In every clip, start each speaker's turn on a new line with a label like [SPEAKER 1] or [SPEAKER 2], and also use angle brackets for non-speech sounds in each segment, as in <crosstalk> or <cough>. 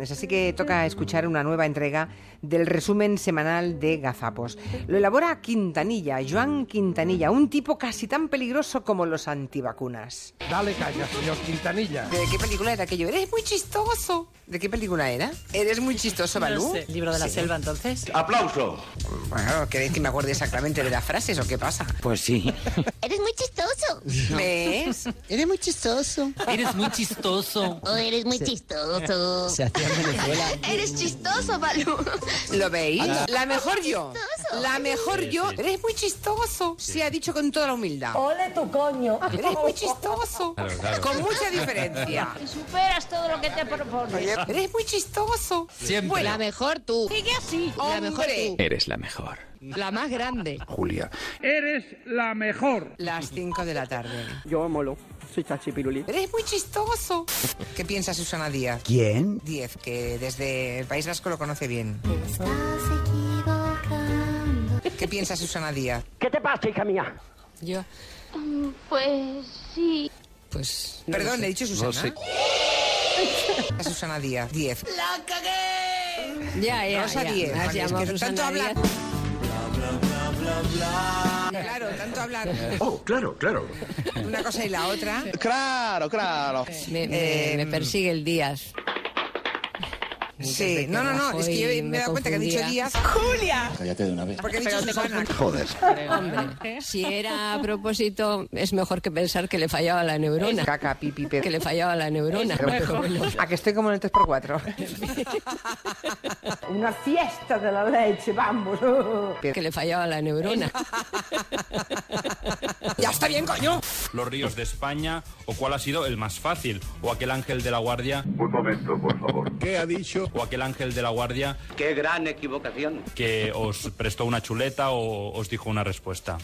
[SPEAKER 1] Así que toca escuchar una nueva entrega del resumen semanal de Gazapos. Lo elabora Quintanilla, Joan Quintanilla, un tipo casi tan peligroso como los antivacunas.
[SPEAKER 2] Dale caña, señor Quintanilla.
[SPEAKER 1] ¿De qué película era aquello? Eres muy chistoso. ¿De qué película era? Eres muy chistoso, Balú.
[SPEAKER 3] No sé. Libro de la
[SPEAKER 1] Sí.
[SPEAKER 3] selva, entonces.
[SPEAKER 4] ¡Aplauso!
[SPEAKER 1] Bueno, ¿queréis que me acuerde exactamente de las frases o qué pasa?
[SPEAKER 4] Pues sí.
[SPEAKER 5] Eres muy chistoso.
[SPEAKER 1] Pues ¿Ves?
[SPEAKER 6] Eres muy chistoso.
[SPEAKER 3] <laughs> Eres muy chistoso.
[SPEAKER 5] Oh,
[SPEAKER 6] <laughs>
[SPEAKER 5] eres muy chistoso.
[SPEAKER 6] Se hacía en Venezuela.
[SPEAKER 5] <laughs> Eres chistoso, Balú.
[SPEAKER 1] ¿Lo veis? La mejor yo. La mejor yo. Eres muy chistoso. Se ha dicho con toda la humildad.
[SPEAKER 3] Oh.
[SPEAKER 7] Ole tu <laughs> coño.
[SPEAKER 1] Eres muy chistoso. Con mucha diferencia.
[SPEAKER 5] Superas todo lo que te propones.
[SPEAKER 1] Eres muy chistoso.
[SPEAKER 3] Siempre.
[SPEAKER 1] Bueno,
[SPEAKER 8] mejor tú.
[SPEAKER 5] Sigue así.
[SPEAKER 8] La mejor
[SPEAKER 1] Hombre.
[SPEAKER 8] tú.
[SPEAKER 4] Eres la mejor.
[SPEAKER 8] La más grande.
[SPEAKER 2] Julia. Eres la mejor.
[SPEAKER 1] Las 5 de la tarde.
[SPEAKER 9] Yo molo, soy chachipiruli.
[SPEAKER 1] Eres muy chistoso. <laughs> ¿Qué piensa Susana Díaz?
[SPEAKER 6] ¿Quién?
[SPEAKER 1] Díez, que desde el País Vasco lo conoce bien. ¿Qué piensa Susana Díaz?
[SPEAKER 9] ¿Qué te pasa, hija mía?
[SPEAKER 8] Yo.
[SPEAKER 5] Pues sí.
[SPEAKER 8] Pues.
[SPEAKER 1] Perdón, le he dicho Susana.
[SPEAKER 4] No sé.
[SPEAKER 1] <laughs> A Susana Díaz. Díez.
[SPEAKER 8] Ya, ya.
[SPEAKER 1] Rosa
[SPEAKER 8] ya.
[SPEAKER 1] Díez.
[SPEAKER 8] Has
[SPEAKER 1] Es
[SPEAKER 8] llamado
[SPEAKER 1] que
[SPEAKER 8] Susana
[SPEAKER 1] tanto hablar.
[SPEAKER 8] Díaz.
[SPEAKER 1] Claro, tanto hablar.
[SPEAKER 4] Oh, claro, claro.
[SPEAKER 1] Una cosa y la otra.
[SPEAKER 6] Claro, claro.
[SPEAKER 8] Me, me-
[SPEAKER 1] Eh,
[SPEAKER 8] me persigue el Díaz.
[SPEAKER 1] Sí, no, no, no, es que yo me he dado cuenta que he dicho Díaz.
[SPEAKER 6] Cállate de una vez.
[SPEAKER 1] Porque he dicho Susana.
[SPEAKER 6] Joder.
[SPEAKER 8] Hombre, si era a propósito, es mejor que pensar que le fallaba la neurona.
[SPEAKER 1] Caca, pipi,
[SPEAKER 8] Que le fallaba la neurona.
[SPEAKER 1] A que estoy como en el <laughs> 3x4.
[SPEAKER 7] Una fiesta de la leche, vamos.
[SPEAKER 8] Que le fallaba la neurona.
[SPEAKER 1] ¡Ya está bien, coño!
[SPEAKER 10] los ríos de España o cuál ha sido el más fácil o aquel ángel de la guardia
[SPEAKER 4] Un momento, por favor.
[SPEAKER 2] ¿Qué ha dicho?
[SPEAKER 10] o aquel ángel de la guardia
[SPEAKER 4] Qué gran equivocación.
[SPEAKER 10] que os prestó una chuleta o os dijo una respuesta.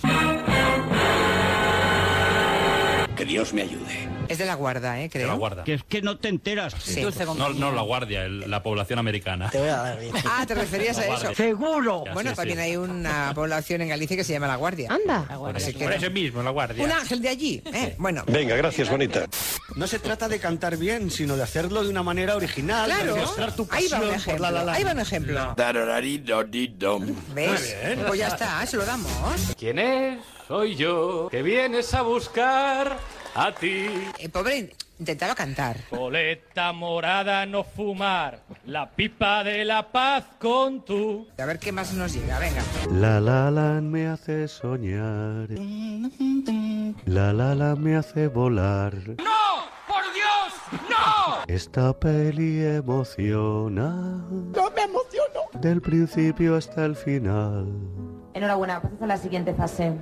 [SPEAKER 4] Que Dios me ayude.
[SPEAKER 1] Es de la guarda, ¿eh?
[SPEAKER 10] De
[SPEAKER 1] Creo.
[SPEAKER 10] la guardia.
[SPEAKER 4] es que no te enteras.
[SPEAKER 1] Sí.
[SPEAKER 10] No, no la guardia, el- la población americana.
[SPEAKER 6] Te voy a dar bien.
[SPEAKER 1] Ah, te referías a
[SPEAKER 10] La
[SPEAKER 1] eso.
[SPEAKER 10] guardia.
[SPEAKER 1] Seguro.
[SPEAKER 10] Ya,
[SPEAKER 1] Bueno,
[SPEAKER 10] sí,
[SPEAKER 1] también
[SPEAKER 10] sí.
[SPEAKER 1] hay una población en Galicia que se llama La Guardia.
[SPEAKER 8] Anda.
[SPEAKER 1] Así que
[SPEAKER 10] Por eso mismo, la guardia.
[SPEAKER 1] un ángel de allí. ¿eh? Bueno,
[SPEAKER 2] Venga, gracias, bonita. No se trata de cantar bien, sino de hacerlo de una manera original.
[SPEAKER 1] claro.
[SPEAKER 2] de mostrar tu
[SPEAKER 1] Ahí va
[SPEAKER 2] pasión
[SPEAKER 1] un
[SPEAKER 2] por la la
[SPEAKER 1] ejemplo.
[SPEAKER 2] la.
[SPEAKER 1] Ahí va un ejemplo. ¿Ves? Pues ya está, se lo damos.
[SPEAKER 10] ¿Quién es? Soy yo, que vienes a buscar a ti.
[SPEAKER 1] Eh, pobre, intentaba cantar.
[SPEAKER 10] Coleta morada, no fumar. La pipa de la paz con tú.
[SPEAKER 1] A ver qué más nos llega, venga.
[SPEAKER 2] La la la me hace soñar. La la la me hace volar. ¡No! ¡Por Dios! ¡No! Esta peli emociona. ¡No me emociono! Del principio hasta el final.
[SPEAKER 7] Enhorabuena, pasas a la siguiente fase.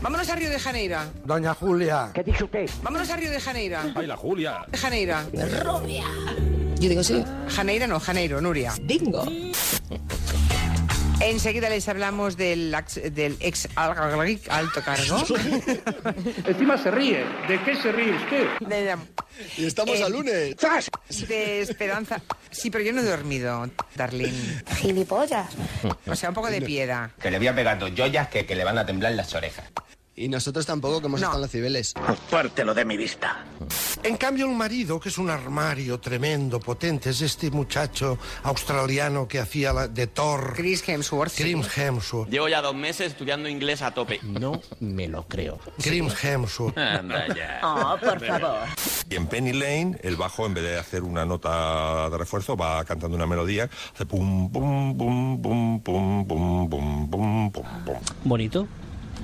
[SPEAKER 1] Vámonos a Río de Janeiro.
[SPEAKER 2] Doña Julia.
[SPEAKER 9] ¿Qué dice usted?
[SPEAKER 1] Vámonos a Río de Janeiro.
[SPEAKER 10] ¡Ay, la Julia!
[SPEAKER 1] De Janeiro.
[SPEAKER 8] Yo digo sí.
[SPEAKER 1] Janeiro no, Janeiro, Nuria.
[SPEAKER 8] Dingo.
[SPEAKER 1] Enseguida les hablamos del, ex- del ex al- alto cargo.
[SPEAKER 2] <laughs> Encima se ríe. ¿De qué se ríe usted?
[SPEAKER 1] De,
[SPEAKER 6] Y estamos
[SPEAKER 1] Eh,
[SPEAKER 6] al lunes.
[SPEAKER 1] de Esperanza. Sí, pero yo no he dormido, Darlene.
[SPEAKER 7] Gilipollas.
[SPEAKER 1] O sea, un poco de piedad.
[SPEAKER 4] Que le voy a pegar dos joyas que, que le van a temblar las orejas.
[SPEAKER 6] Y nosotros tampoco, que hemos
[SPEAKER 1] No.
[SPEAKER 6] estado en los cibeles.
[SPEAKER 4] Apártelo de mi vista.
[SPEAKER 2] En cambio, el marido, que es un armario tremendo, potente, es este muchacho australiano que hacía la- de Thor,
[SPEAKER 1] Chris Hemsworth.
[SPEAKER 2] Grim Hemsworth.
[SPEAKER 4] Llevo ya dos meses estudiando inglés a tope.
[SPEAKER 2] Grim Hemsworth.
[SPEAKER 4] Anda ya.
[SPEAKER 10] Y en Penny Lane, el bajo, en vez de hacer una nota de refuerzo, va cantando una melodía, hace pum, pum, pum, pum, pum, pum, pum, pum, pum, pum.
[SPEAKER 3] Bonito.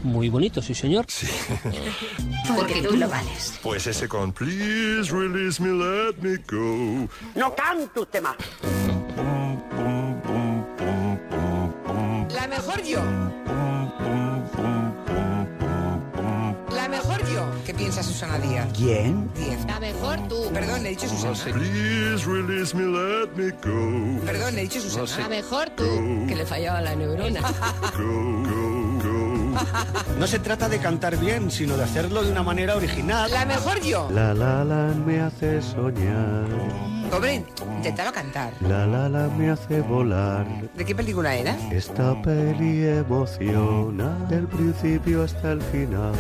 [SPEAKER 3] Muy bonito, sí, señor.
[SPEAKER 7] Porque tú lo vales.
[SPEAKER 10] Pues ese con Please release me, let me go.
[SPEAKER 9] No canto usted más.
[SPEAKER 10] Pum, pum, pum, pum, pum, pum,
[SPEAKER 1] La mejor yo.
[SPEAKER 10] pum, pum, pum, pum, pum, pum.
[SPEAKER 1] La mejor yo. ¿Qué piensa Susana Díaz?
[SPEAKER 6] ¿Quién?
[SPEAKER 1] Diez.
[SPEAKER 8] La mejor tú.
[SPEAKER 1] Perdón, le he dicho Susana.
[SPEAKER 10] Please release me, let me go.
[SPEAKER 1] Perdón, le he dicho Susana.
[SPEAKER 8] La mejor tú. Que le fallaba la neurona.
[SPEAKER 10] Go, go, go.
[SPEAKER 2] No se trata de cantar bien, sino de hacerlo de una manera original.
[SPEAKER 1] La mejor yo.
[SPEAKER 2] La la la me hace soñar.
[SPEAKER 1] Pobre, intentaba cantar.
[SPEAKER 2] La la la me hace volar.
[SPEAKER 1] ¿De qué película era?
[SPEAKER 2] Esta peli emociona del principio hasta el final.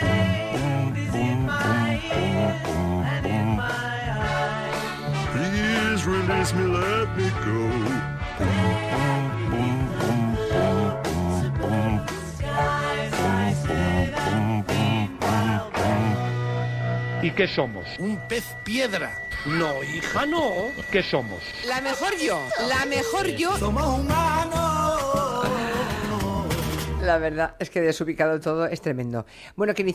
[SPEAKER 10] Pum, pum, pum, pum, pum,
[SPEAKER 4] release me, let me go. Boom, boom, boom, boom, boom, boom, boom.
[SPEAKER 10] ¿Y qué somos?
[SPEAKER 3] Un pez piedra. No, hija, no.
[SPEAKER 10] ¿Qué somos?
[SPEAKER 1] La mejor yo, la mejor yo.
[SPEAKER 3] Somos humanos.
[SPEAKER 1] La verdad es que desubicado todo es tremendo. Bueno, que iniciamos